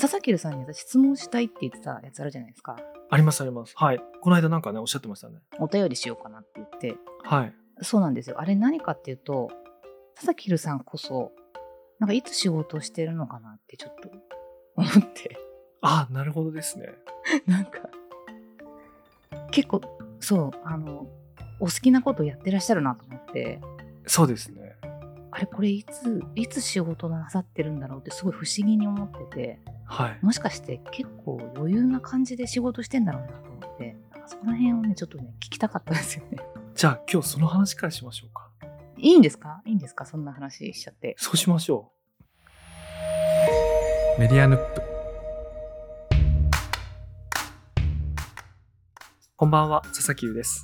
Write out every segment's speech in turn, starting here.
佐々木さんに私質問したいって言ってたやつあるじゃないですかありますあります。はい。この間なんかね、おっしゃってましたね。お便りしようかなって言ってはい。そうなんですよあれ何かっていうと佐々木さんこそなんかいつ仕事をしてるのかなってちょっと思って あ、なるほどですね。なんか結構そうあのお好きなことやってらっしゃるなと思ってそうですね。あれこれいついつ仕事なさってるんだろうってすごい不思議に思っててはい。もしかして結構余裕な感じで仕事してんだろうなと思ってなんかそこら辺をねちょっとね聞きたかったんですよねじゃあ今日その話からしましょうか。いいんですかいいんですかそんな話しちゃってそうしましょメディアヌップう。こんばんは、佐々木優です。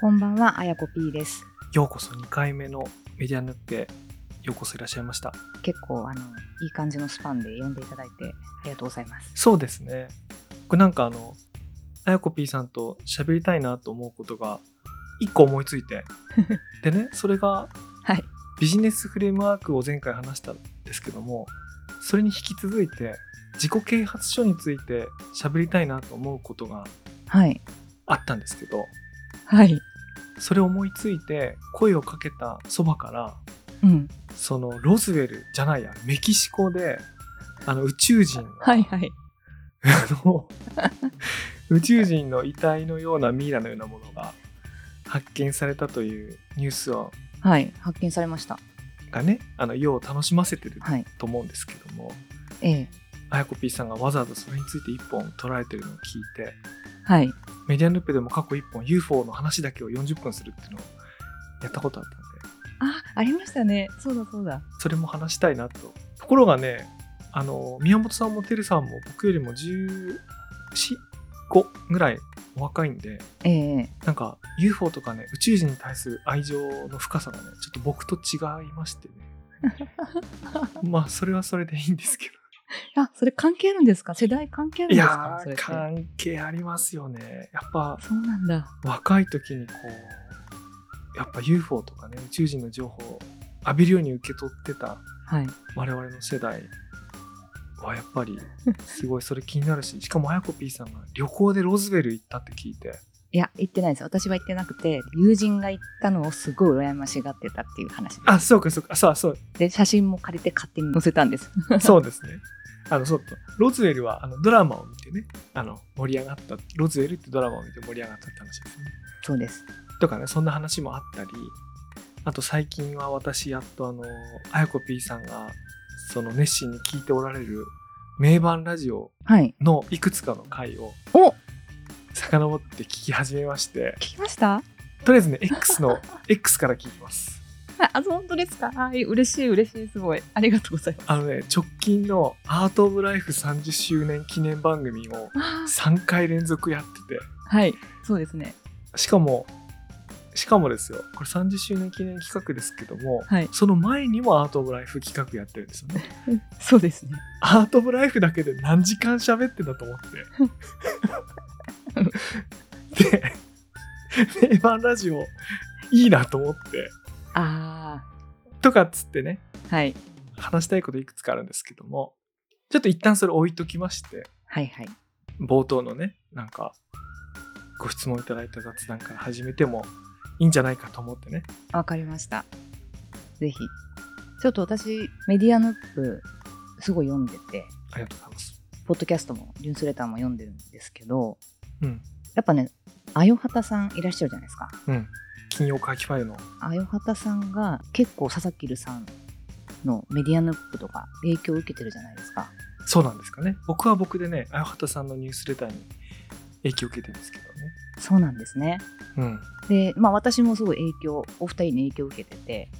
こんばんはあやこ P ですようこそ2回目のメディアヌッペへようこそいらっしゃいました。結構あのいい感じのスパンで呼んでいただいてありがとうございますそうですね。これなんかあの、あやこ P さんと喋りたいなと思うことが1個思いつい て。でね、それがはいビジネスフレームワークを前回話したんですけどもそれに引き続いて自己啓発書について喋りたいなと思うことがはいあったんですけどはいそれを思いついて声をかけたそばからうんそのロズウェルじゃないやメキシコであの宇宙人がはいはい あの宇宙人の遺体のようなミイラのようなものが発見されたというニュースをはい発見されましたがねあの世を楽しませてるはいと思うんですけども。ええあやこ P さんがわざわざそれについて1本取られてるのを聞いてはいメディアヌッペでも過去1本 UFO の話だけを40分するっていうのをやったことあったんであありましたねそうだそうだそれも話したいなとところがねあの宮本さんもてるさんも僕よりも1415ぐらいお若いんでええなんか UFO とかね宇宙人に対する愛情の深さがねちょっと僕と違いま してねまあそれはそれでいいんですけどあそれ関係あるんですか世代関係あるんいですやかそれっーて関係ありますよねやっぱそうなんだ若い時にこうやっぱ UFO とかね宇宙人の情報を浴びるように受け取ってたはい我々の世代はやっぱりすごいそれ気になるししかもあやこ P さんが旅行でロズベル行ったって聞いていや行ってないです私は行ってなくて友人が行ったのをすごい羨ましがってたっていう話ですあそうかそうかそうそうで写真も借りて勝手に載せたん ですそうですねあのそうロズウェルはあのドラマを見てねあの盛り上がったロズウェルってドラマを見て盛り上がったって話ですねそうですとかねそんな話もあったりあと最近は私やっとあのあやこ P さんがその熱心に聞いておられる名盤ラジオはいのいくつかの回をお遡って聞き始めまして聞きましたとりあえずね X の X から聞きますあ本当ですかはい嬉しい嬉しいすごいありがとうございますあのね直近の「アート・オブ・ライフ」30周年記念番組をあ3回連続やっててーはいそうですねしかもしかもですよこれ30周年記念企画ですけども、はいその前にも「アート・オブ・ライフ」企画やってるんですよね そうですねアート・オブ・ライフだけで何時間喋ってんだと思 って。で、名盤ラジオいいなと思って、あとかっつってね、ーはい話したいこといくつかあるんですけども、ちょっと一旦それ置いときまして、はいはい冒頭のね、なんか、ご質問いただいた雑談から始めてもいいんじゃないかと思ってね。わかりました。ぜひ。ちょっと私、メディアヌップ、すごい読んでて、ありがとうございます。ポッドキャストも、ニュースレターも読んでるんですけど、うん。やっぱね、あよはたさんいらっしゃるじゃないですか。うん。金曜会期ファイルの。あよはたさんが結構、佐々木留さんのメディアヌップとか影響を受けてるじゃないですか。そうなんですかね。僕は僕でね、あやはたさんのニュースレターに影響を受けてるんですけどね。そうなんですね。うん。で、まあ私もすごい影響、お二人に影響を受けてて、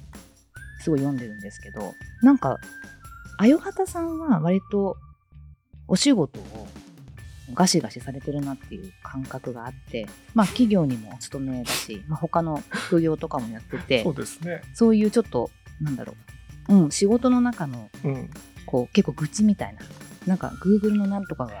すごい読んでるんですけど、なんか、あよはたさんは割とお仕事をガシガシされてるなっていう感覚があって、まあ企業にもお勤めだし、まあ他の副業とかもやっててそ、うですね。そういうちょっと、なんだろう、うん、仕事の中のうん。こう結構愚痴みたいな、なんか Google のなんとかが、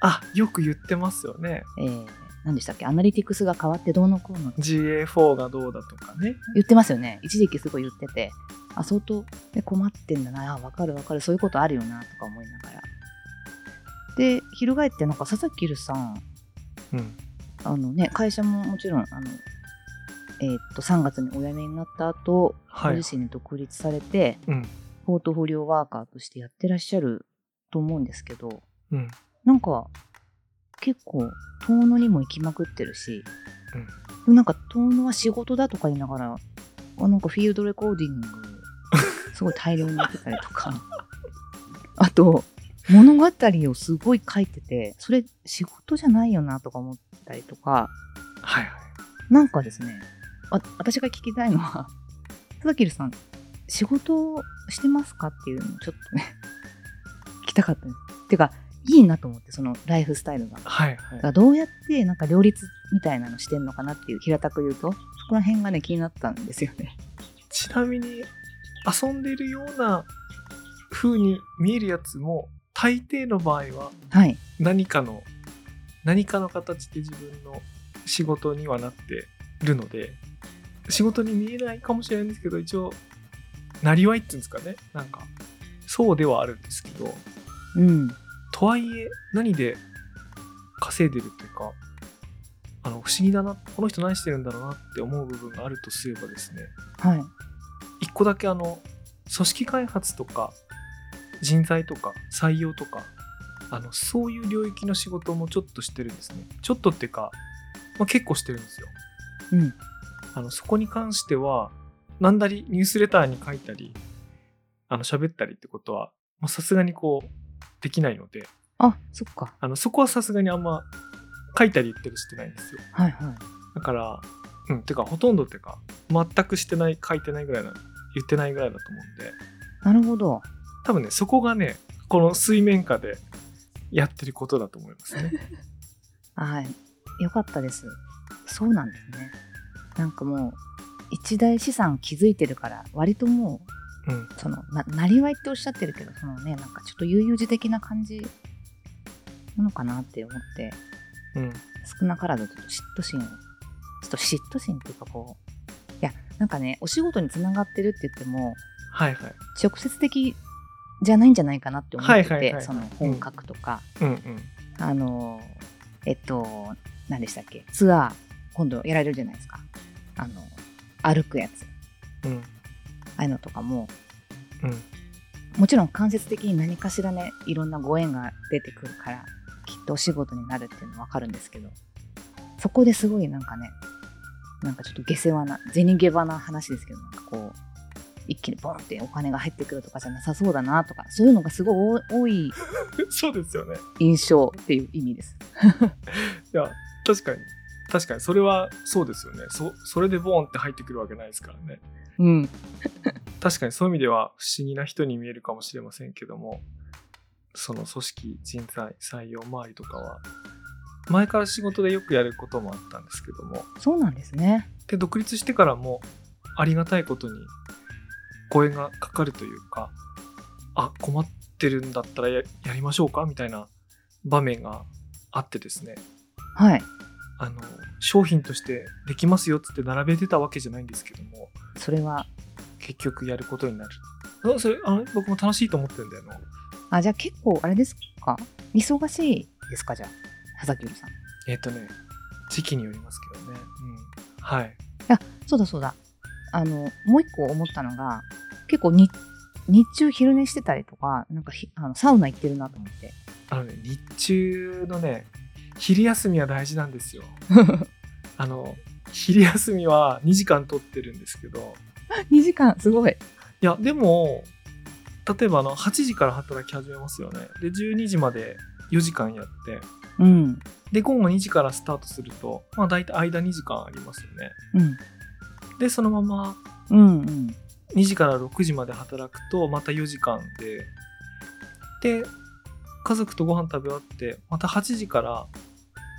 あ、よく言ってますよね。えー、何でしたっけ、アナリティクスが変わってどうのこうの GA4 がどうだとかね。言ってますよね一時期すごい言っててあ相当、ね、困ってんだなあわかるわかるそういうことあるよなとか思いながらで翻ってなんか佐々木るさんうんあの、ね、会社ももちろんあの、えーっと3月にお辞めになった後ごはい自身で独立されてうんポートフォリオワーカーとしてやってらっしゃると思うんですけどうんなんか結構遠野にも行きまくってるし、うんでもなんか遠野は仕事だとか言いながらあなんかフィールドレコーディングすごい大量にやってたりと かあと物語をすごい書いててそれ仕事じゃないよなとか思ったりとかはいはいなんかですねあ私が聞きたいのは 「佐キルさん仕事をしてますか?」っていうのをちょっとね聞きたかったんです。てかいいなと思ってそのライフスタイルが。はいだかはらどうやってなんか両立みたいなのしてんのかなっていう平たく言うとそこら辺がね気になったんですよね。いちなみに遊んでるような風に見えるやつも大抵の場合ははい、何かの何かの形で自分の仕事にはなってるので仕事に見えないかもしれないんですけど一応なりわいっていうんですかねなんかそうではあるんですけどうん、とはいえ何で稼いでるっていうかあの不思議だなこの人何してるんだろうなって思う部分があるとすればですねはい、一個だけあの組織開発とか人材とか採用とかあのそういう領域の仕事もちょっとしてるんですねちょっとっていうか、まあ、結構してるんですようん、あのそこに関しては何だりニュースレターに書いたりあの喋ったりってことはまあさすがにこうできないのであそっかあのそこはさすがにあんま書いたり言ったりしてないんですよはいはいだから、うん、てかほとんどてか全くしてない書いてないぐらいな言ってないぐらいだと思うんでなるほど多分ねそこがねこの水面下でやってることだと思いますねはいよかったですそうなんですねなんかもう一大資産築いてるから割ともうんうそのななりわいっておっしゃってるけどそのねなんかちょっと悠々自適な感じなのかなって思ってうん少なからずちょっと嫉妬心をちょっと嫉妬心っていうかこういやなんかねお仕事につながってるって言ってもはいはい直接的じゃないんじゃないかなって思ってはいはいはいてはいその本格とか、うんうんあのえっと何でしたっけツアー今度やられるじゃないですかあの歩くやつうんああいうのとかもうん もちろん間接的に何かしらねいろんなご縁が出てくるからきっとお仕事になるっていうのは分かるんですけどそこですごいなんかねなんかちょっと下世話な銭下場な話ですけどなんかこう一気にボンってお金が入ってくるとかじゃなさそうだなとかそういうのがすごい多いそうですよね印象っていう意味です。いや確かに確かにそれはそうですよねそそれでボーンって入ってくるわけないですからねうん、確かにそういう意味では不思議な人に見えるかもしれませんけどもその組織人材採用周りとかは前から仕事でよくやることもあったんですけどもそうなんですね。で独立してからもありがたいことに声がかかるというかあ困ってるんだったらややりましょうかみたいな場面があってですねはい。あの商品としてできますよっつって並べてたわけじゃないんですけどもそれは結局やることになるあそれあの僕も楽しいと思ってるんだよなあ、じゃあ結構あれですか忙しいですかじゃあ、佐々木由里さん。いえっ、とね時期によりますけどね、うん、はいや、そうだそうだ。あの、もう一個思ったのが、結構に日中昼寝してたりとか、なんかひあのサウナ行ってるなと思って。あのね日中のね昼休みは大事なんですよ あの昼休みは2時間取ってるんですけど2時間、すごい。いやでも例えばあの8時から働き始めますよねで12時まで4時間やってうん。で午後2時からスタートするとまあ大体間2時間ありますよねうん。でそのままうんうん。 2時から6時まで働くとまた4時間でで家族とご飯食べ終わってまた8時から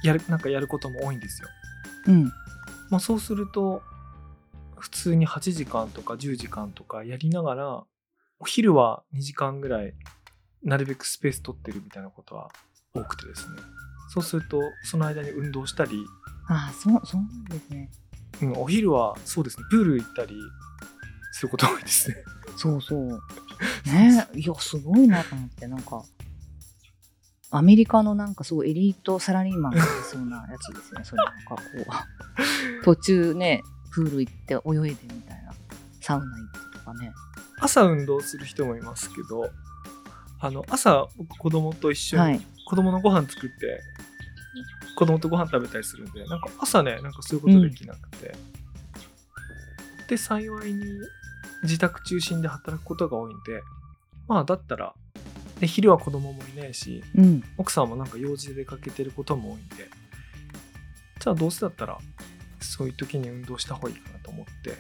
やるなんかやることも多いんですよ、うん。まあ、そうすると普通に8時間とか10時間とかやりながらお昼は2時間ぐらいなるべくスペース取ってるみたいなことは多くてですねそうするとその間に運動したり、ああ、そう、そうなんですね。うん、お昼はそうですねプール行ったりすることが多いですね そうそう。ねいや、すごいなと思って、なんか、アメリカのなんかすごいエリートサラリーマンがいそうなやつですねそれなんかこ う途中ねプール行って泳いでみたいなサウナ行ってとかね朝運動する人もいますけどあの朝僕子供と一緒に、はい子供のご飯作って子供とご飯食べたりするんでなんか朝ねなんかそういうことできなくて、で幸いに自宅中心で働くことが多いんでまあだったらで昼は子供もいないしうん奥さんもなんか用事で出かけてることも多いんでじゃあどうせだったらそういう時に運動した方がいいかなと思って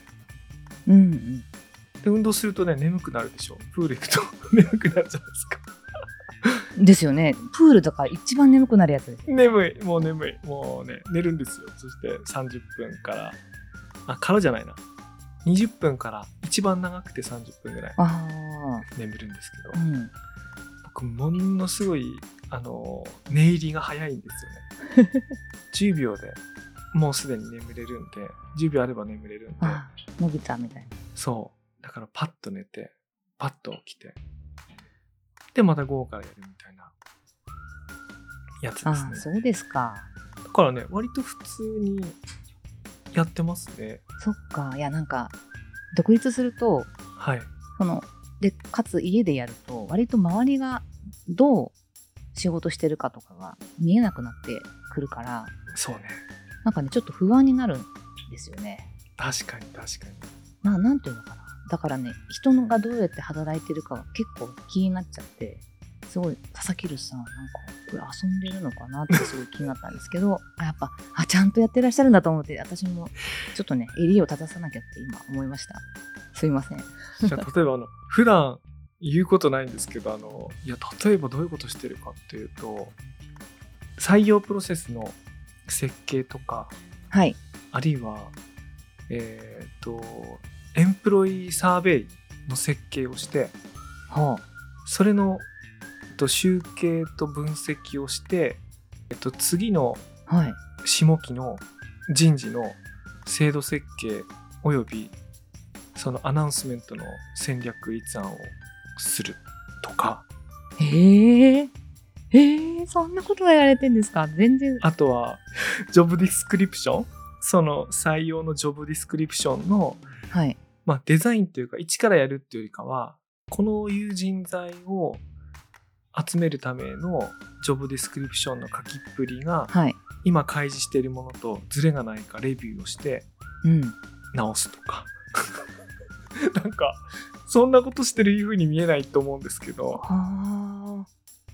うんうんで運動するとね眠くなるでしょプール行くと 眠くなるじゃないですかですよねプールとか一番眠くなるやつですよ眠いもう眠いもうね寝るんですよそして30分からあからじゃないな20分から一番長くて30分ぐらいあ眠るんですけあうどん僕ものすごいあの寝入りが早いんです よね10秒でもうすでに眠れるんで10秒あれば眠れるんでああのび太みたいなそうだからパッと寝てパッと起きてでまた午後からやるみたいなやつですあねあそうですかだからね、割と普通にやってますね。そっかいやなんか独立するとはい。そのでかつ家でやると割と周りがどう仕事してるかとかが見えなくなってくるからそうね。なんかねちょっと不安になるんですよね。確かに確かに。 ななんていうのかなだからね人のがどうやって働いてるかが結構気になっちゃってすごい佐々木留さんなんかこれ遊んでるのかなってすごい気になったんですけどあやっぱあちゃんとやってらっしゃるんだと思って私もちょっとね襟を正さなきゃって今思いました。すいません。じゃあ、例えば、あの、普段言うことないんですけど、あの、いや、例えばどういうことしてるかっていうと、採用プロセスの設計とか、はいあるいは、えっ、と、エンプロイサーベイの設計をして、ほそれの、えっと集計と分析をして、えっと、次のうはい下期の人事の制度設計およびそのアナウンスメントの戦略立案をするとかへえへえそんなことやられてんですか全然あとは ジョブディスクリプションその採用のジョブディスクリプションの、はいまあ、デザインというか一からやるっていうよりかはこのいう人材を集めるためのジョブディスクリプションの書きっぷりがはい今開示しているものとズレがないかレビューをしてうん直すとか なんかそんなことしてるいうふうに見えないと思うんですけどああ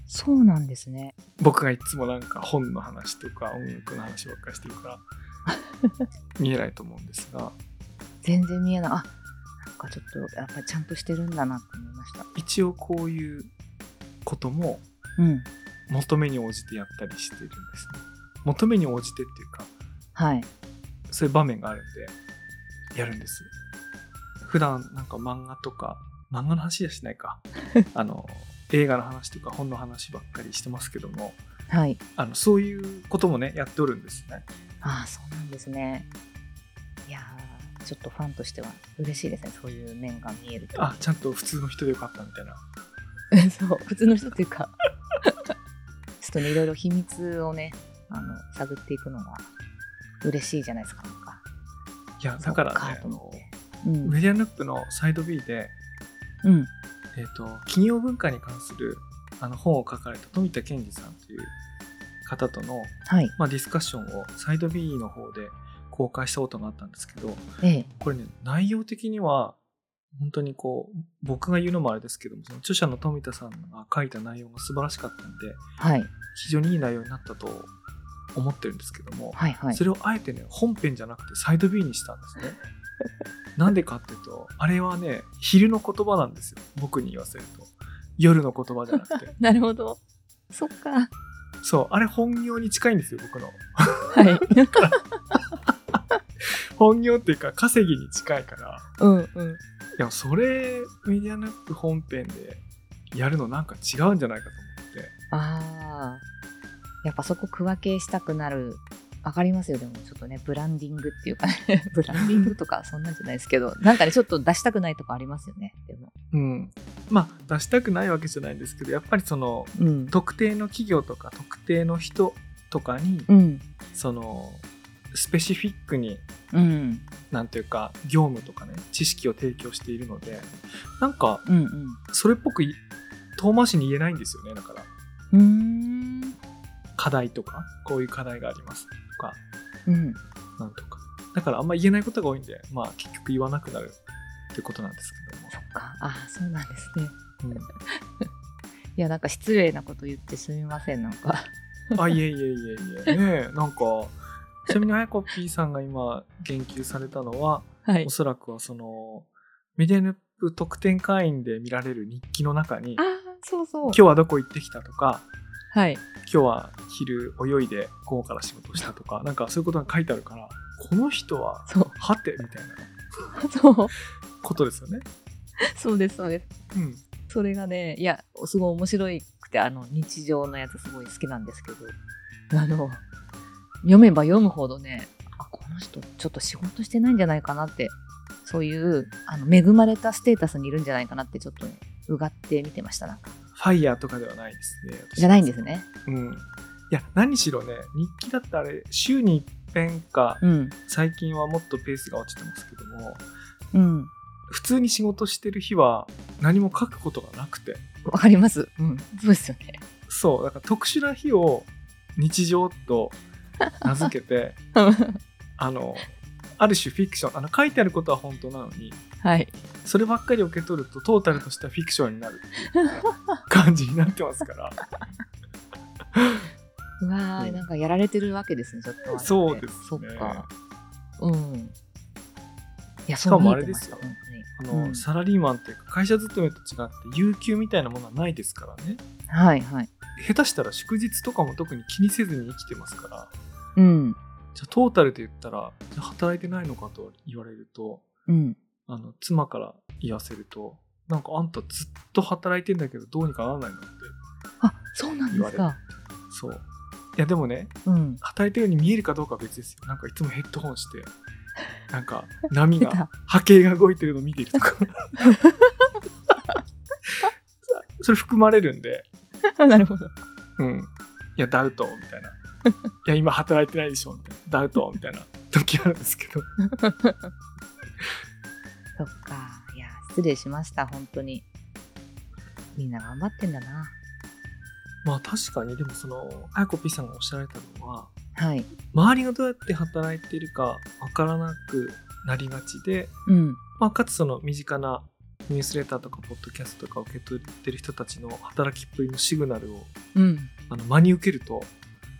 そうなんですね僕がいつもなんか本の話とか音楽の話ばっかりしてるから見えないと思うんですが全然見えないあなんかちょっとやっぱりちゃんとしてるんだなって思いました一応こういうこともうん求めに応じてやったりしてるんですね求めに応じてっていうかはいそういう場面があるんでやるんです普段なんか漫画とか漫画の話はしないかあの映画の話とか本の話ばっかりしてますけどもはいあのそういうこともねやっておるんですねああそうなんですねいやーちょっとファンとしては嬉しいですねそういう面が見えるとあちゃんと普通の人でよかったみたい なそう普通の人っていうか ちょっとねいろいろ秘密をねあの探っていくのが嬉しいじゃないですかなんかいやだからそうねとあ思のってうんメディアヌップのサイド B で、うんえー、と企業文化に関するあの本を書かれた富田健二さんという方との、はいまあ、ディスカッションをサイド B の方で公開したことがあったんですけどええこれね内容的には本当にこう僕が言うのもあれですけどもその著者の富田さんが書いた内容が素晴らしかったんではい非常にいい内容になったと思ってるんですけども、はいはいそれをあえてね本編じゃなくてサイド B にしたんですね なんでかっていうとあれはね昼の言葉なんですよ僕に言わせると夜の言葉じゃなくて なるほどそっかそうあれ本業に近いんですよ僕のはい 本業っていうか稼ぎに近いからうんうんでもそれメディアナップ本編でやるのなんか違うんじゃないかと思ってああやっぱそこ区分けしたくなるわかりますよでもちょっとねブランディングっていうかね ブランディングとかそんなんじゃないですけどなんかねちょっと出したくないとこありますよねでもうんまあ出したくないわけじゃないんですけどやっぱりそのうん特定の企業とか特定の人とかに、うんそのスペシフィックにうんなんていうか業務とかね知識を提供しているのでなんかうんうんそれっぽくい遠回しに言えないんですよねだからうーん課題とかこういう課題がありますとかうんなんとかだからあんま言えないことが多いんでまあ結局言わなくなるってことなんですけどもそっかあーそうなんですね、ういやなんか失礼なこと言ってすみませんなんかん、あいえいえいえいえねえなんかちなみにあやこ P さんが今言及されたのははいおそらくはそのミデヌップ特典会員で見られる日記の中にあーそうそう今日はどこ行ってきたとかはい今日は昼泳いで午後から仕事したとかなんかそういうことが書いてあるからこの人はそうはてみたいなそうことですよね。そうですそうですうん、それがねいやすごい面白くてあの日常のやつすごい好きなんですけどあの読めば読むほどねあこの人ちょっと仕事してないんじゃないかなってそういうあの恵まれたステータスにいるんじゃないかなってちょっとねうがって見てましたなんかファイヤーとかではないですね。私じゃないんです。ねうん、いや何しろね日記だってあれ週に一遍かうん最近はもっとペースが落ちてますけどもうん普通に仕事してる日は何も書くことがなくてわかりますうんそうですよね そうだから特殊な日を日常と名付けて あのある種フィクションあの書いてあることは本当なのにはいそればっかり受け取るとトータルとしたフィクションになる っていう感じになってますからうわー、うんなんかやられてるわけですねちょっとあれねそうですねそっかうんいやしかもあれそう見えてでましすたよ本当あにの、うんサラリーマンっていうか会社勤めと違って有給みたいなものはないですからねはいはい下手したら祝日とかも特に気にせずに生きてますからうんじゃあトータルで言ったらじゃあ働いてないのかと言われるとうんあの妻から言わせるとなんかあんたずっと働いてんだけどどうにかならないのってあそうなんです言わか。そういやでもねうん。働いてるように見えるかどうかは別ですよなんかいつもヘッドホンしてなんか波出がた。波形が動いてるの見てるとかそれ含まれるんで なるほど。うんいやダウトみたいないや今働いてないでしょみたいなダウトみたいな 時あるんですけどそっか。いや、失礼しました、本当に。みんな頑張ってんだな。まあ確かにでもそのあやこ P さんがおっしゃられたのははい。周りがどうやって働いているかわからなくなりがちで、うん。まあ、かつその身近なニュースレターとかポッドキャストとかを受け取ってる人たちの働きっぷりのシグナルをうん。あの真に受ける と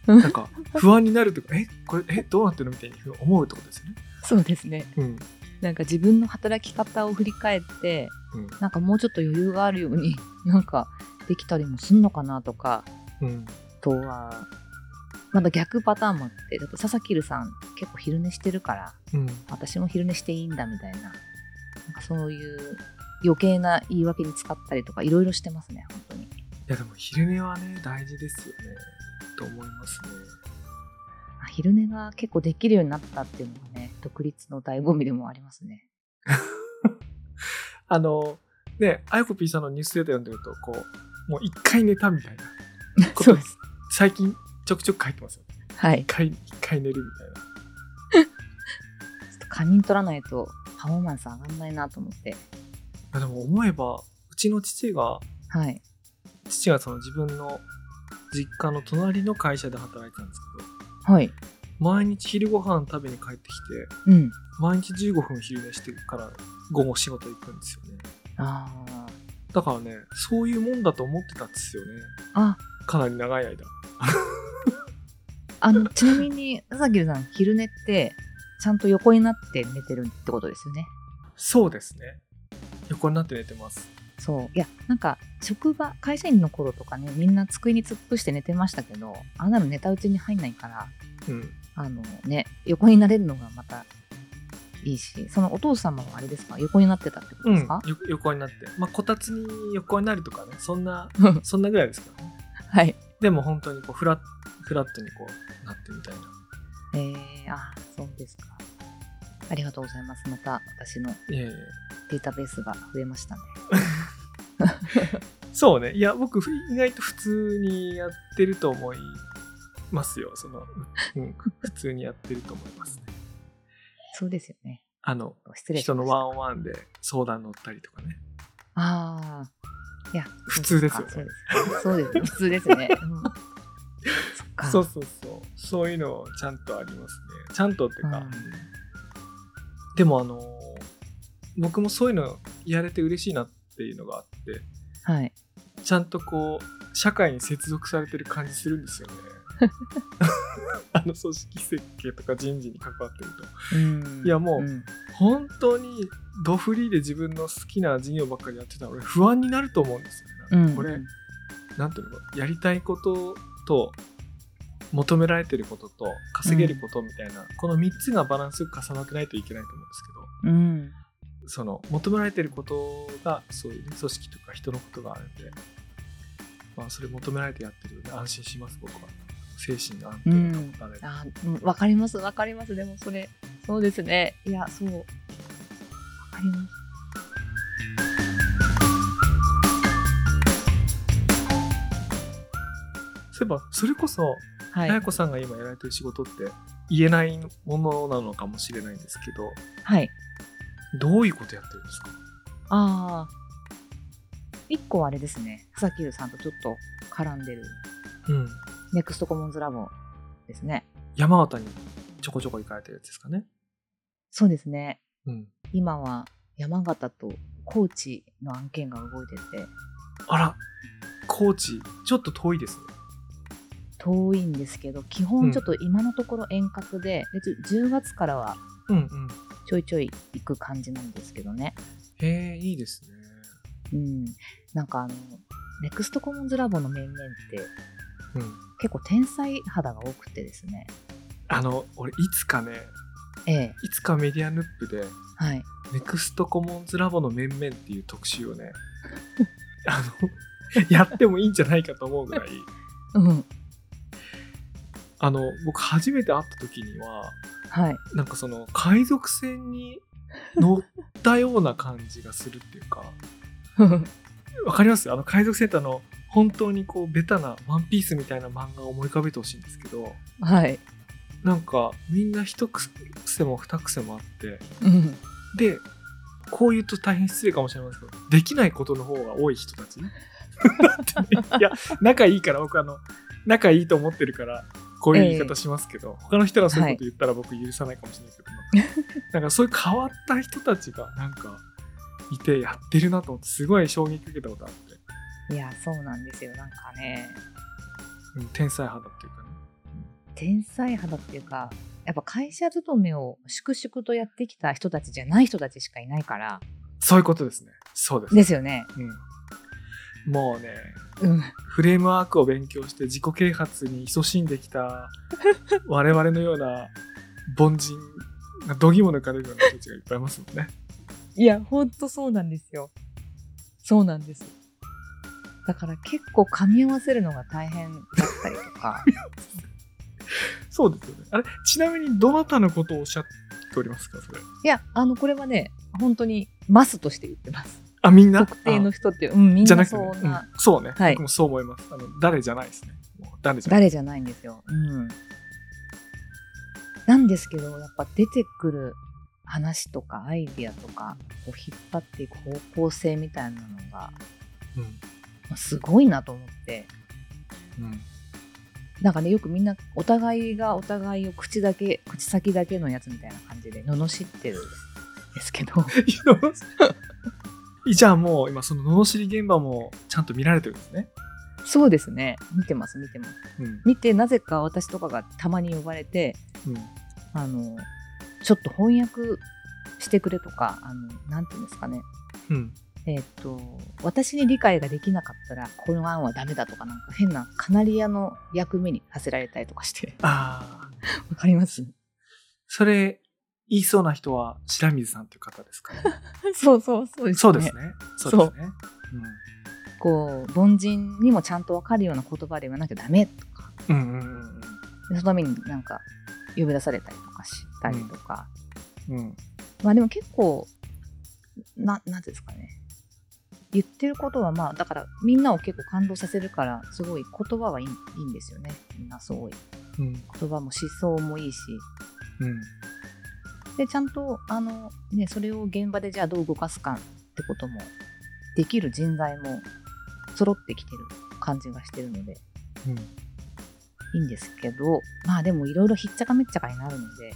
うんなんか不安になるとかえこれえどうなってるのみたいに思うってことですよね。そうですね。うんなんか自分の働き方を振り返って、うんなんかもうちょっと余裕があるように、 なんかできたりもすんのかなとか、うんあとは、まだ逆パターンもあって、だと佐々木留さん結構昼寝してるから、うん私も昼寝していいんだみたいな、なんかそういう余計な言い訳に使ったりとか、いろいろしてますね、本当に。いやでも昼寝はね大事ですよねと思いますね。あ昼寝が結構できるようになったっていうのがね、独立の醍醐味でもありますね。あのねあやこ P さんのニュースレター読んでるとこうもう一回寝たみたいな ことそうです。最近ちょくちょく書いてますよ。はい一。回一回寝るみたいな。ちょっと仮眠取らないとパフォーマンス上がんないなと思って。いやでも思えばうちの父がはい。父がその自分の実家の隣の会社で働いてたんですけどはい。毎日昼ご飯食べに帰ってきてうん。毎日15分昼寝してから午後仕事行くんですよねあだからねそういうもんだと思ってたんですよねあ。あ、かなり長い間あの、ちなみに、佐々木さん、昼寝って、ちゃんと横になって寝てるってことですよね。そうですね横になって寝てますそう。いや、なんか、職場、会社員の頃とかね、みんな机に突っ伏して寝てましたけど、あんなの寝たうちに入んないから、うんあのね、横になれるのがまたいいし、そのお父様はあれですか、横になってたってことうでんすか、よ横になってまあこたつに横になるとかねそ んなそんなぐらいですからねはい。でも本当にこうフラッフラットにこうなってみたいなえー、あ、そうですか。ありがとうございます。また私のいやいやデータベースが増えましたね。そうねいや僕ふ意外と普通にやってると思いますよその、うん、普通にやってると思いますねそうですよね。あの失礼し人まのした。ワンオンワンで相談乗ったりとかねああ。いや、普通ですよねそうかそうです。そうです。普通ですね。 うん、そっか。そうそうそうそういうのちゃんとありますねちゃんとっていうか、うんでもあのー僕もそういうのやれて嬉しいなっていうのがあってはい。ちゃんとこう社会に接続されてる感じするん ですよねあの組織設計とか人事に関わってるとうんいやもうん本当にドフリーで自分の好きな事業ばっかりやってたら俺不安になると思うんですうよ、ねん、これうんなんていうのかやりたいことと求められてることと稼げることみたいな、この3つがバランスよく重なってないといけないと思うんですけうん。どその求められてることがそういうね、組織とか人のことがあるんで、まあ、それ求められてやってるので安心します僕は精神の安定の保たれる、あー、うんわかります。わかります。でも、それ。そうですね。いや、そう。わかります。そういえばそれこそはなやい。こさんが今やられてる仕事って言えないものなのかもしれないんですけはい。どどういうことやってるんですかああ。一個はあれですね。草木さんとちょっと絡んでる。うんネクストコモンズラボですね。山形にちょこちょこ行かれてるやつですかねそうですね。うん今は山形と高知の案件が動いててあら高知ちょっと遠いですね遠いんですけど基うん本ちょっと今のところ遠隔で,、でちょ10月からはうんうんちょいちょい行く感じなんですけどね、へえいいですねうん、なんかあのネクストコモンズラボの面々ってうん結構天才肌が多くてですねあの俺いつかねええいつかメディアヌップではいネクストコモンズラボの面々っていう特集を ねあのやってもいいんじゃないかと思うぐらいうんあの僕初めて会った時にははい なんかその海賊船に乗ったような感じがするっていうかわかりますあの海賊船ってあの本当にこうベタな「ワンピースみたいな漫画を思い浮かべてほしいんですけどはいなんかみんな一癖も二癖もあってうんでこう言うと大変失礼かもしれませんけどできないことの方が多い人た ちだってねいや仲いいから僕あの仲いいと思ってるからこういう言い方しますけど、他の人がそういうこと言ったら僕許さないかもしれないけど、なんかそういう変わった人たちがなんかいてやってるなと思ってすごい衝撃受けたことあって、いやそうなんですよなんかねうん天才派だっていうかね天才肌っていうかやっぱ会社勤めを粛々とやってきた人たちじゃない人たちしかいないからそういうことですねそうです、ですよね。うん、もうねうん、フレームワークを勉強して自己啓発に勤しんできた我々のような凡人が度肝抜かれるような人たちがいっぱいいますもんね。いやほんとそうなんですよ。そうなんです。だから結構噛み合わせるのが大変だったりとかそうですよね。あれちなみにどなたのことをおっしゃっておりますかそれ。いやあのこれはね本当にマスとして言ってます。あみんな特定の人っていう、うん、みんじゃななくてそね、うなうんそうね、はい僕もそう思います。あの誰じゃないですね。もう誰じゃない。誰じゃないんですよ。うん、なんですけどやっぱ出てくる話とかアイディアとかを引っ張っていく方向性みたいなのがまうんあすごいなと思ってうん なんかねよくみんなお互いがお互いを口だけ口先だけのやつみたいな感じで罵ってるんですけどいいのじゃあもう今その罵り現場もちゃんと見られてるんですね。そうですね見てます見てますうん見てなぜか私とかがたまに呼ばれてうんあのちょっと翻訳してくれとかあのなんていうんですかねうんえーっと私に理解ができなかったらこの案はダメだとかなんか変なカナリアの役目にさせられたりとかしてああ わかりますそれ言いそうな人は白水さんという方ですかね。 そうそうそうです、ね、そうですね。そうですね。こう凡人にもちゃんとわかるような言葉で言わなきゃダメとかうんうんうんでそのためになんか呼び出されたりとかしたりとか、うんうん。まあでも結構ななんていうんですかね言ってることはまあだからみんなを結構感動させるからすごい言葉はいいいいんですよねみんなすごいうん言葉も思想もいいしうんでちゃんとあの、ね、それを現場でじゃあどう動かすかってこともできる人材も揃ってきてる感じがしてるのでうんいいんですけどまあでもいろいろひっちゃかめっちゃかになるので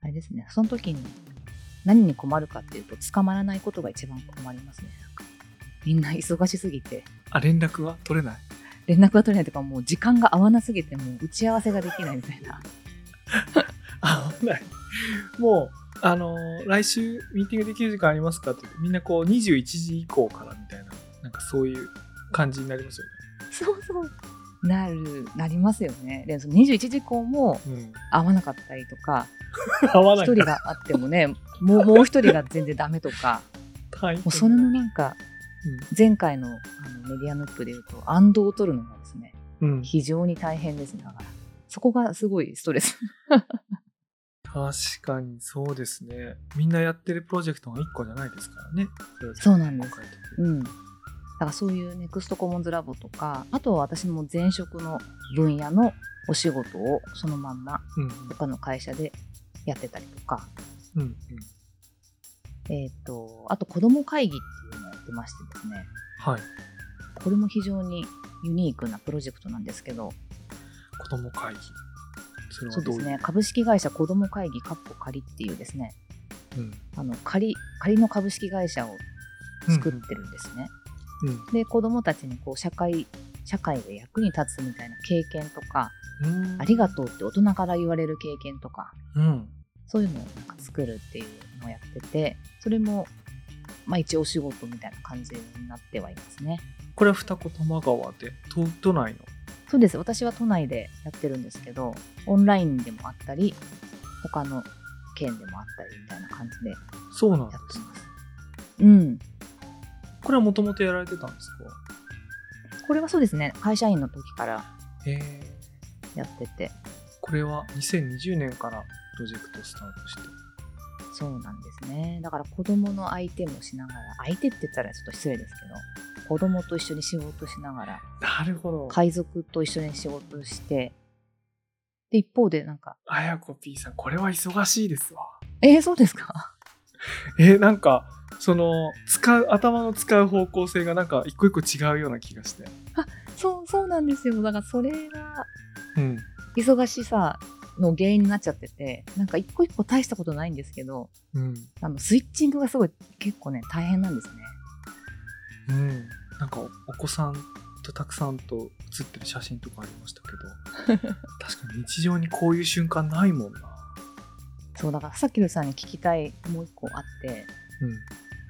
あれですねその時に何に困るかっていうと捕まらないことが一番困りますねなんかみんな忙しすぎてあ連絡は取れない連絡が取れないとかもう時間が合わなすぎてもう打ち合わせができないみたいなあ危ないもうあのー来週ミーティングできる時間ありますかって言ってみんなこう21時以降からみたいななんかそういう感じになりますよそうそうなるなりますよねでその21時以降もね、合わなかったりとかうん、合わ一ない人があってもねもうもう一人が全然ダメとか大変もうそれのなんかう前回のあのメディアノップでいうと安堵を取るのがですねん、うん、非常に大変ですねだからそこがすごいストレス確かにそうですねみんなやってるプロジェクトが1個じゃないですからねそうなんです今回とうんだからそういうネクストコモンズラボとかあとは私も前職の分野のお仕事をそのまんまうん他の会社でやってたりとか、うんうんえっとあと子ども会議っていうのをやってましてですねはいこれも非常にユニークなプロジェクトなんですけど子供会議それはそうどでういうすね株式会社子ども会議かっこ仮っていうですねうんあの仮仮の株式会社を作ってるんですね、うんで子どもたちにこう社会社会で役に立つみたいな経験とか、うんありがとうって大人から言われる経験とかうんそういうのをなんか作るっていうのをやっててそれも、まあ、一応お仕事みたいな感じになってはいますねこれは二子玉川で都都内のそうです私は都内でやってるんですけどオンラインでもあったり他の県でもあったりみたいな感じでやそうなんでってすねますうんこれはもともとやられてたんですかこれはそうですね会社員の時からへえやっててこれは2020年からプロジェクトスタートしてそうなんですね。だから子供の相手もしながら、相手って言ったらちょっと失礼ですけど、子供と一緒に仕事しながら、なるほど海賊と一緒に仕事して、で、一方でなんか、あやこ P さんこれは忙しいですわえー、そうですか えーなんかその使う頭の使う方向性がなんか一個一個違うような気がしてそう、そうなんですよ。だからそれが、うん忙しさの原因になっちゃってて、なんか一個一個大したことないんですけど、うんあの、スイッチングがすごい結構ね、大変なんですね。うんなんかおお子さんとたくさんと写ってる写真とかありました けど確かに日常にこういう瞬間ないもんなそう、だからさきるさんに聞きたいもう一個あって、うん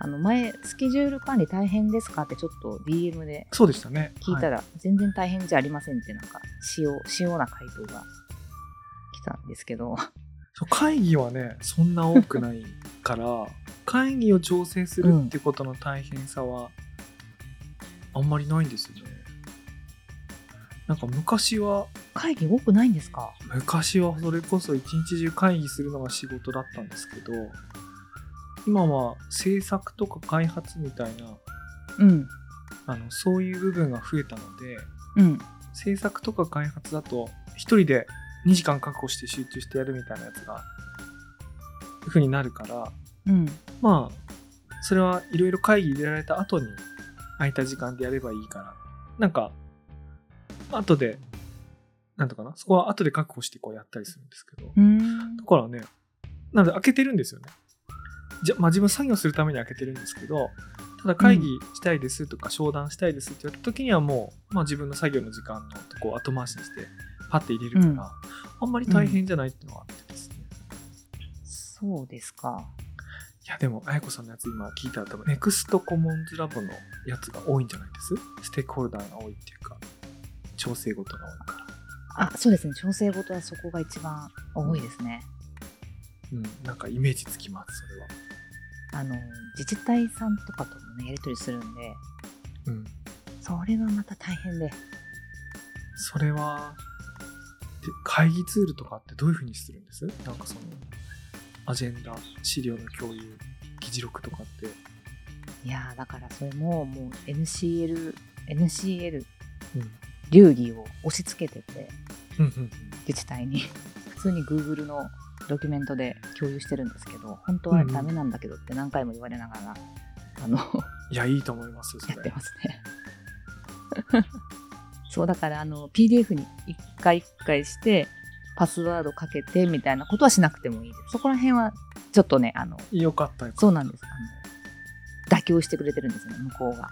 あの前、スケジュール管理大変ですかってちょっと DM でそうでしたね聞いたはら、全然大変じゃありませんってなんか塩塩な回答が来たんですけど そう会議はねそんな多くないから 会議を調整するってことの大変さはあんまりないんですよねなんか昔は会議多くないんですか昔はそれこそ一日中会議するのが仕事だったんですけど今は制作とか開発みたいなうんあのそういう部分が増えたのでうん制作とか開発だと1人で2時間確保して集中してやるみたいなやつがふうになるからうんまあそれはいろいろ会議入れられた後に空いた時間でやればいいからなんか後でなんとかなそこは後で確保してこうやったりするんですけどうだんからねなので開けてるんですよねじゃまあ自分作業するために開けてるんですけどただ会議したいですとか商談したいですって言った時にはもう、まあ、自分の作業の時間のとこ後回しにしてパッて入れるから、うんあんまり大変じゃないっていうのはあってですね、そうですかいやでも、あやこさんのやつ今聞いたら多分、ネクストコモンズラボのやつが多いんじゃないですステークホルダーが多いっていうか、調整事が多いから。あそうですね調整事はそこが一番多いですね、うん、なんかイメージつきます、それは。あの自治体さんとかともねやり取りするんでうん。それがまた大変でそれは、で会議ツールとかってどういうふうにするんですなんかその、アジェンダ、資料の共有、議事録とかって、いやーだからそれももう NCL NCL うん流儀を押し付けててうんうん自治体に 普通に Google のドキュメントで共有してるんですけど本当はダメなんだけどって何回も言われながら、あのいやいいと思いますよそやっれてますね そうだからあの PDF に一回一回してパスワードかけてみたいなことはしなくてもいいですそこら辺はちょっとねあのよかったよかっそうなんですあの妥協してくれてるんですね向こうがた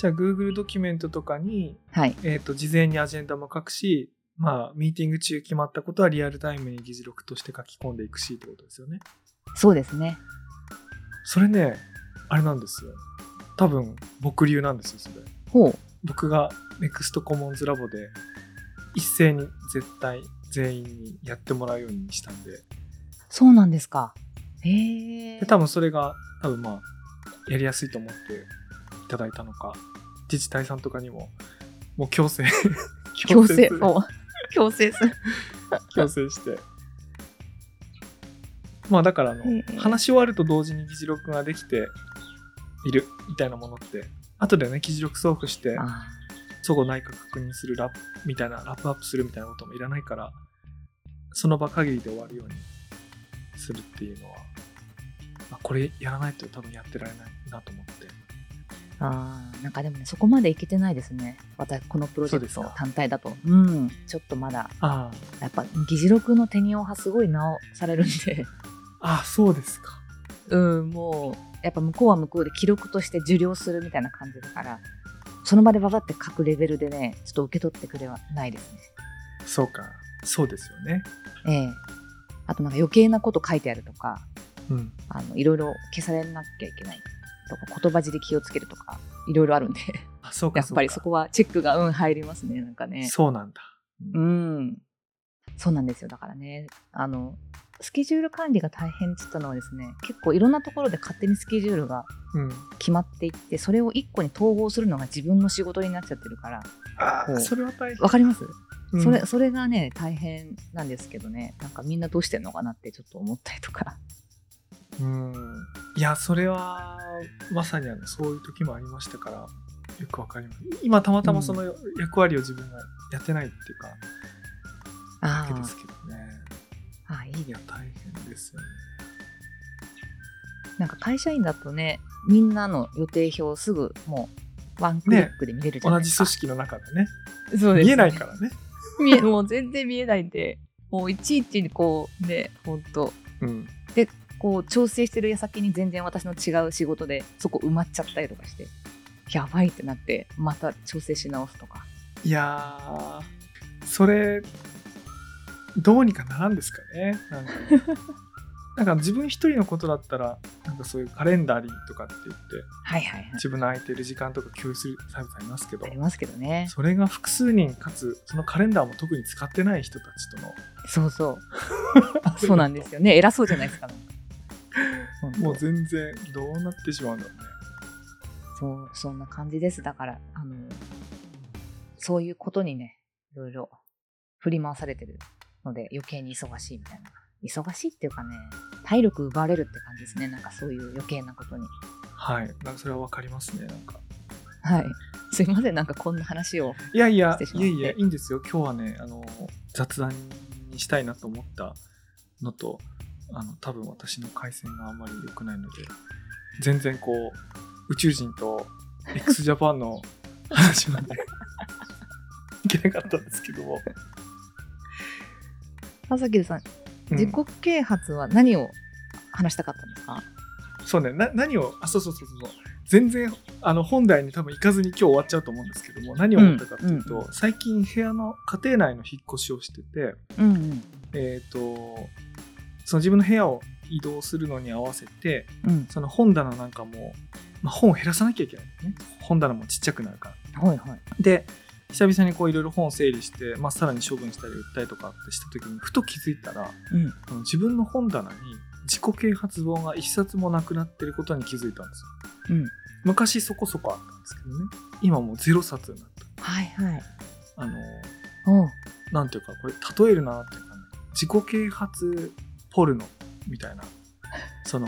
じゃあ Google ドキュメントとかに、はいえー、と事前にアジェンダも書くしまあミーティング中決まったことはリアルタイムに議事録として書き込んでいくしってことですよねそうですねそれねあれなんですよ多分僕流なんですよそれほう僕が NEXT コモンズラボで一斉に絶対全員にやってもらうようにしたんでそうなんですかへえで多分それが多分まあやりやすいと思っていただいたのか自治体さんとかにももう強制 強制するそう強制する強制してまあだからあの、うんうん話し終わると同時に議事録ができているみたいなものって後でね議事録送付してあそこ内閣確認するラップみたいなラップアップするみたいなこともいらないからその場限りで終わるようにするっていうのは、まあ、これやらないと多分やってられないなと思ってーあーなんかでもねそこまでいけてないですね私このプロジェクそトうですか単体だとうんちょっとまだあやっぱ議事録の手にオはすごい直されるんであそうですかうんもうやっぱ向こうは向こうで記録として受領するみたいな感じだからその場でババって書くレベルでねちょっと受け取ってくれはないですねそうかそうですよねええあとなんか余計なこと書いてあるとかうんあのいろいろ消されなきゃいけないとか言葉尻気をつけるとかいろいろあるんであそうかやっぱりそこはチェックがうん入りますねなんかねそうなんだうんそうなんですよだからねあのスケジュール管理が大変って言ったのはですね結構いろんなところで勝手にスケジュールがうん決まっていってそれを一個に統合するのが自分の仕事になっちゃってるからあこうあそれは大変、わかります、うんそれそれがね大変なんですけどねなんかみんなどうしてんのかなってちょっと思ったりとかうんいやそれはまさにあのそういう時もありましたからよくわかります今たまたまその役割を自分がやってないっていうか、あだけですけどねあああいいいや大変ですよねなんか会社員だとねみんなの予定表をすぐもうワンクリックで見れるじゃない同でじすか、組織の中でね織そうです見えないからね、 見えもう全然見えないんでもういちいちこうねほんとうん、こう調整してる矢先に全然私の違う仕事でそこ埋まっちゃったりとかしてやばいってなってまた調整し直すとかいやーそれどうにかならんですかねなんかなんか自分一人のことだったらなんかそういうカレンダーリーとかって言ってはいはいはい自分の空いてる時間とか共有するサービスありますけどありますけどねそれが複数人かつそのカレンダーも特に使ってない人たちとのそう そうそうなんですよね偉そうじゃない ですかなんかほんともう全然どうなってしまうんだろうねそうそんな感じですだからあのそういうことにねいろいろ振り回されてるので余計に忙しいみたいな忙しいっていうかね体力奪われるって感じですねなんかそういう余計なことにはいなんかそれはわかりますねなんかはいすいませんなんかこんな話をいやいやしてし、まっいてやいや、いいんですよ。今日はね、あの雑談にしたいなと思ったのと、あの多分私の回線があんまり良くないので、全然こう、宇宙人と x ジャパンの話まで いけなかったんですけども。朝霧さんうん自己啓発は何を話したかったんですか、そうね、な何を、あ、そうそうそうそう。全然あの本題に多分行かずに今日終わっちゃうと思うんですけども何を思ったかというと、うんう最近部屋の家庭内の引っ越しをしてて、うん、うんえー、とその自分の部屋を移動するのに合わせてうんその本棚なんかも、まあ、本を減らさなきゃいけないんだよね本棚もちっちゃくなるからはいはいで久々にこういろいろ本を整理して、まあ、さらに処分したり売ったりとかってした時にふと気づいたらうんあの自分の本棚に自己啓発本が一冊もなくなってることに気づいたんですようん昔そこそこあったんですけどね今もうゼロ冊になったはいはいあのおうなんていうかこれ例えるなっていうかね自己啓発ポルノみたいなその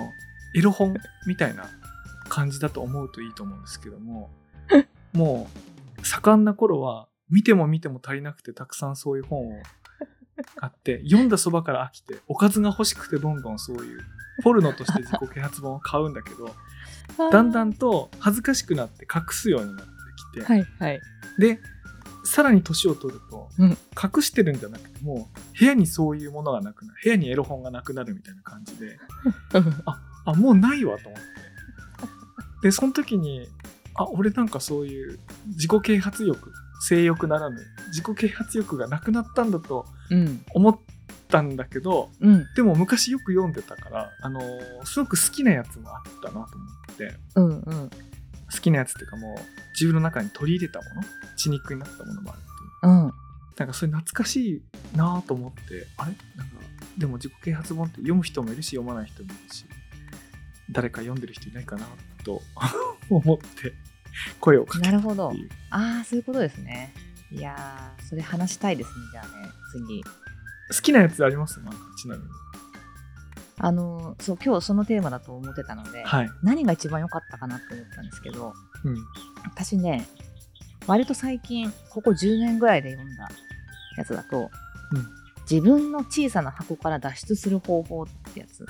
エロ本みたいな感じだと思うといいと思うんですけどももう盛んな頃は見ても見ても足りなくてたくさんそういう本を買って読んだそばから飽きておかずが欲しくてどんどんそういうポルノとして自己啓発本を買うんだけどだんだんと恥ずかしくなって隠すようになってきて、はいはいでさらに年を取ると、うん隠してるんじゃなくてもう部屋にそういうものがなくなる部屋にエロ本がなくなるみたいな感じであもうないわと思ってでその時にあ俺なんかそういう自己啓発欲性欲ならぬ自己啓発欲がなくなったんだとうん思ったんだけどうんでも昔よく読んでたから、あのーすごく好きなやつもあったなと思ってうんうん好きなやつっていうかもう自分の中に取り入れたもの血肉になったものもあるっていううんなんかそれ懐かしいなぁと思ってあれなんかでも自己啓発本って読む人もいるし読まない人もいるし誰か読んでる人いないかなと 思って声をかけなたるほっどていうああそういうことですねいやーそれ話したいですねじゃあね次好きなやつありますなんかちなみにあのそう今日そのテーマだと思ってたので、はい、何が一番良かったかなって思ったんですけどうん、私ね割と最近ここ10年ぐらいで読んだやつだと、うん自分の小さな箱から脱出する方法ってやつ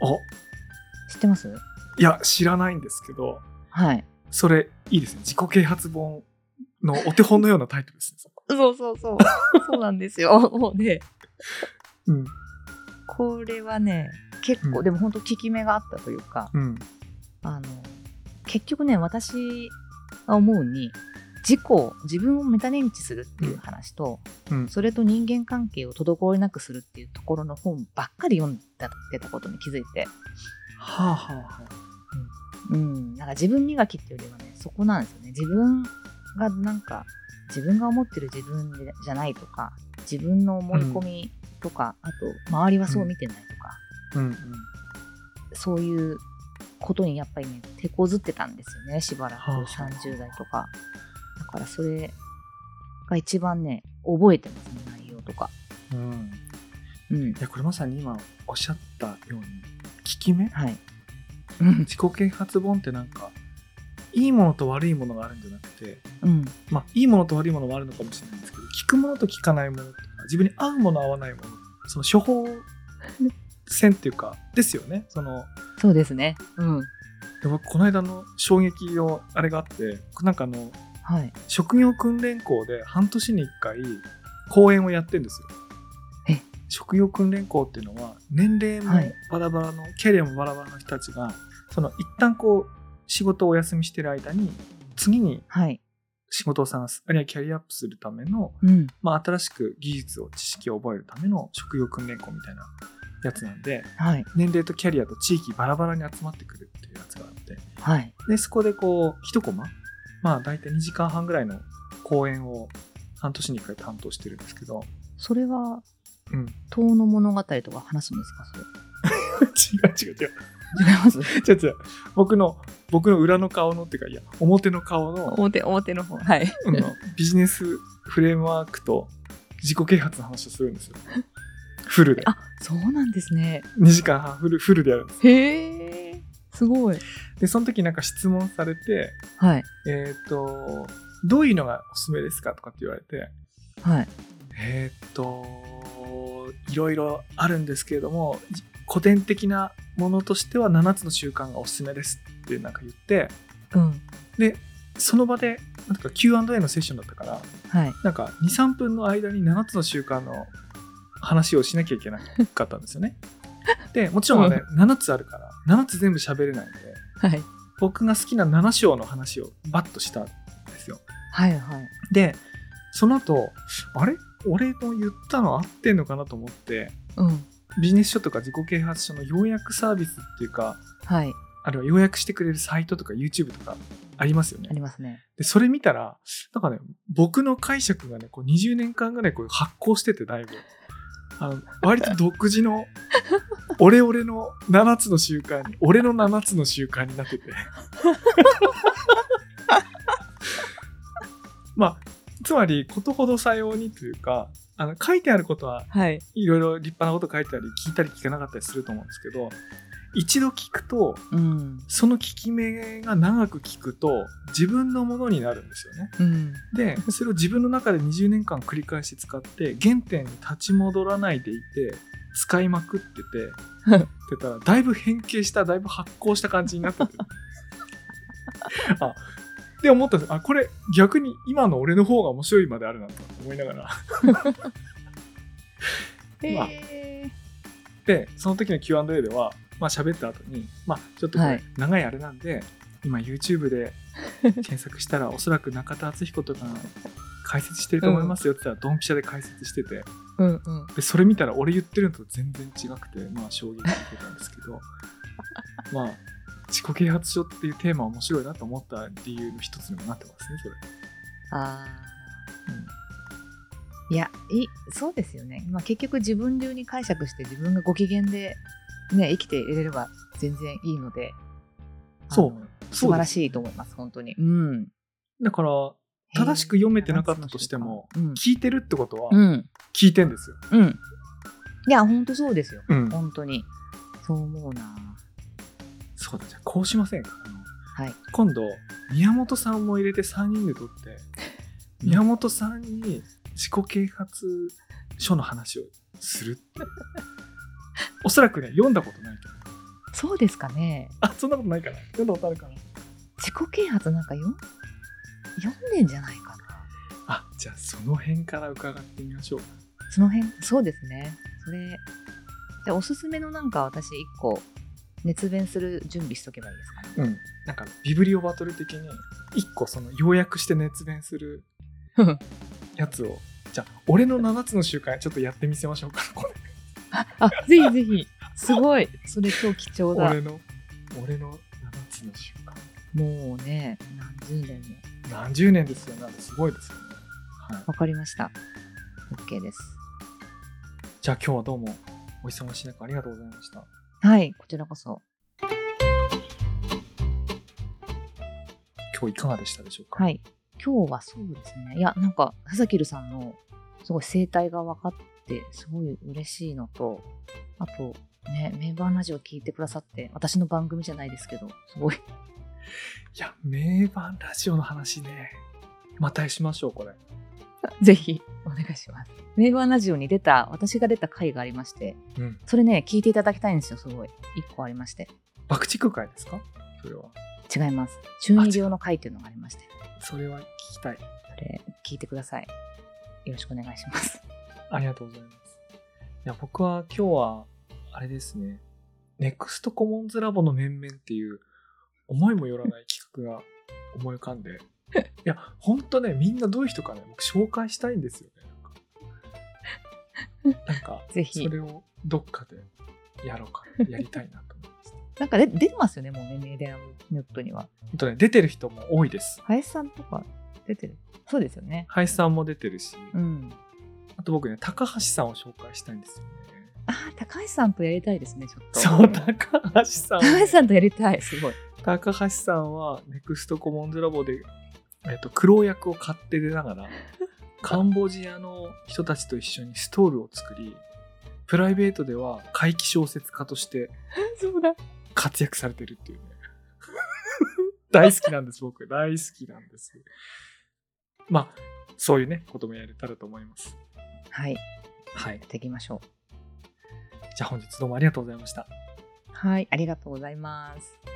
お知ってますいや知らないんですけどはいそれいいですね自己啓発本のお手本のようなタイトルですねそこそうそうそう そうなんですよもうねうんこれはね結構、うんでも本当効き目があったというかうんあの結局ね私が思うに自己自分をメタ認知するっていう話と、うんそれと人間関係を滞りなくするっていうところの本ばっかり読んだってたことに気づいて、はあはあはうん、なんか自分磨きっていうよりはねそこなんですよね自分がなんか自分が思ってる自分でじゃないとか自分の思い込みとか、あと周りはそう見てないとか、あうんうんそういうことにやっぱりね手こずってたんですよねしばらくはあはあ30代とかだからそれが一番ね覚えてますね内容とかうんうんいやこれまさに今おっしゃったように効き目 はいうん自己啓発本ってなんかいいものと悪いものがあるんじゃなくてうんまあいいものと悪いものもあるのかもしれないんですけど聞くものと聞かないものとか自分に合うもの合わないものその処方箋っていうかですよねそのそうですねうんで僕この間の衝撃のあれがあってなんかあのはい職業訓練校で半年に1回講演をやってるんですよえ。職業訓練校っていうのは年齢もはいバラバラの、キャリアもバラバラの人たちがその一旦こう仕事をお休みしてる間に次にはい仕事を探すあるいはキャリアアップするための、うんまあ、新しく技術を知識を覚えるための職業訓練校みたいなやつなんではい年齢とキャリアと地域バラバラに集まってくるっていうやつがあってはいでそこでこう1コマまあ大体2時間半ぐらいの講演を半年に1回担当してるんですけど、それはうん違う遠の物語とか話すんですかそれ 違う違う違います違う違う僕の僕の裏の顔のっていうかいや表の顔の 表表の方はいうんビジネスフレームワークと自己啓発の話をするん ですよフルで あそうなんですね2時間半フルフルでやるんですへえすごいでその時なんか質問されてはいえっ、とどういうのがおすすめですかとかって言われてはいえーっといろいろあるんですけれどもじ古典的なものとしては7つの習慣がおすすめですってなんか言ってうんその場でなんか Q&A のセッションだったからはいなんか23分の間に7つの習慣の話をしなきゃいけなかったんですよね。でもちろんね、7つあるから7つ全部喋れないんではい僕が好きな7章の話をバッとしたんですよ。はいはいでその後あれ俺の言ったの合ってんのかなと思ってうんビジネス書とか自己啓発書の要約サービスっていうかはいあるいは要約してくれるサイトとか YouTube とかありますよねありますねでそれ見たらなんかね僕の解釈がねこう20年間ぐらいこう発行しててだいぶあの割と独自の俺俺の7つの習慣に俺の7つの習慣になってて まあつまりことほどさようにというかあの書いてあることははいいろいろ立派なこと書いてたり聞いたり聞かなかったりすると思うんですけど一度聞くとうんその効き目が長く聞くと自分のものになるんですよねうん でそれを自分の中で20年間繰り返し使って原点に立ち戻らないでいて使いまくって てってたらだいぶ変形しただいぶ発酵した感じになってくる あで思ったんですあこれ逆に今の俺の方が面白いまであるなと思いながら まあへでその時の Q&A ではまあ喋った後にまあちょっとこはれい長いあれなんで、今 YouTube で検索したらおそらく中田敦彦とかが解説してると思いますよって言ったらドンピシャで解説しててーうんうんでそれ見たら俺言ってるのと全然違くてまあ衝撃受けたんですけ どまあ自己啓発書っていうテーマ面白いなと思った理由の一つにもなってますねそれ。あーいやいそうですよね、まあ、結局自分流に解釈して自分がご機嫌で、ね、生きていれれば全然いいのであそうのそ素う晴らしいと思います本当に、うん、だから正しく読めてなかったとしてもうん、聞いてるってことはうん聞いてんですよ。うんいや本当そうですよ、うん本当にそう思うなそうだじゃあこうしませんかあのはい今度宮本さんも入れて3人で撮って宮本さんに自己啓発書の話をするって おそらくね読んだことないと思うそうですかねあそんなことないかな読んだことあるかな自己啓発なんかよ読んでんじゃないかなあじゃあその辺から伺ってみましょうその辺、そうですね。それ、じゃあおすすめのなんか私一個、熱弁する準備しとけばいいですかね。うんなんかビブリオバトル的に1個その要約して熱弁するやつをじゃあ俺の7つの習慣ちょっとやってみせましょうかこれあ、ぜひぜひ。すごい。それ超貴重だ。俺の俺の7つの習慣もうね、何十年も。何十年ですよなんですごいですよね、はい、わかりました。OK です。じゃあ今日はどうもお忙しい中ありがとうございましたはい、こちらこそ。今日いかがでしたでしょうかはい。今日はそうですね。いや、なんか、佐々木るさんの、すごい生態が分かって、すごい嬉しいのと、あと、ね、メンバーラジオ聞いてくださって、私の番組じゃないですけど、すごい。 いや名盤ラジオの話ねまたしましょうこれぜひお願いします。メーバーラジオに出た、私が出た回がありまして、うんそれね、聞いていただきたいんですよ、すごい。一個ありまして。爆竹会ですかそれは違います。中二病の回っていうのがありまして、それは聞きたいそれ聞いてください。よろしくお願いします。ありがとうございますいや僕は今日はあれですねネクストコモンズラボの面々っていう思いもよらない企画が思い浮か んでいやほんとねみんなどういう人かね僕紹介したいんですよねなんかなんかぜひそ。れをどっかでやろうか、やりたいなと思います。なんかで出てますよね、もうね、メディアムネットには。 ほんとね、出てる人も多いです。林さんとか出てる。そうですよね。林さんも出てるし、うん。あと僕ね、高橋さんを紹介したいんですよね。ああ、高橋さんとやりたいですね、ちょっと。そう、高橋さん。高橋さんとやりたい、すごい。高橋さんは、ネクストコモンズラボで、えっと、苦労役を買って出な がら、カンボジアの人たちと一緒にストールを作り、プライベートでは怪奇小説家として そうだ。活躍されてる っていうね。大好きなんです、僕。大好きなんです。まあ、そういうね、こともやれたらと思います。はい、やはいっ。ていきましょう。じゃあ本日どうもありがとうございました。はい、ありがとうございます。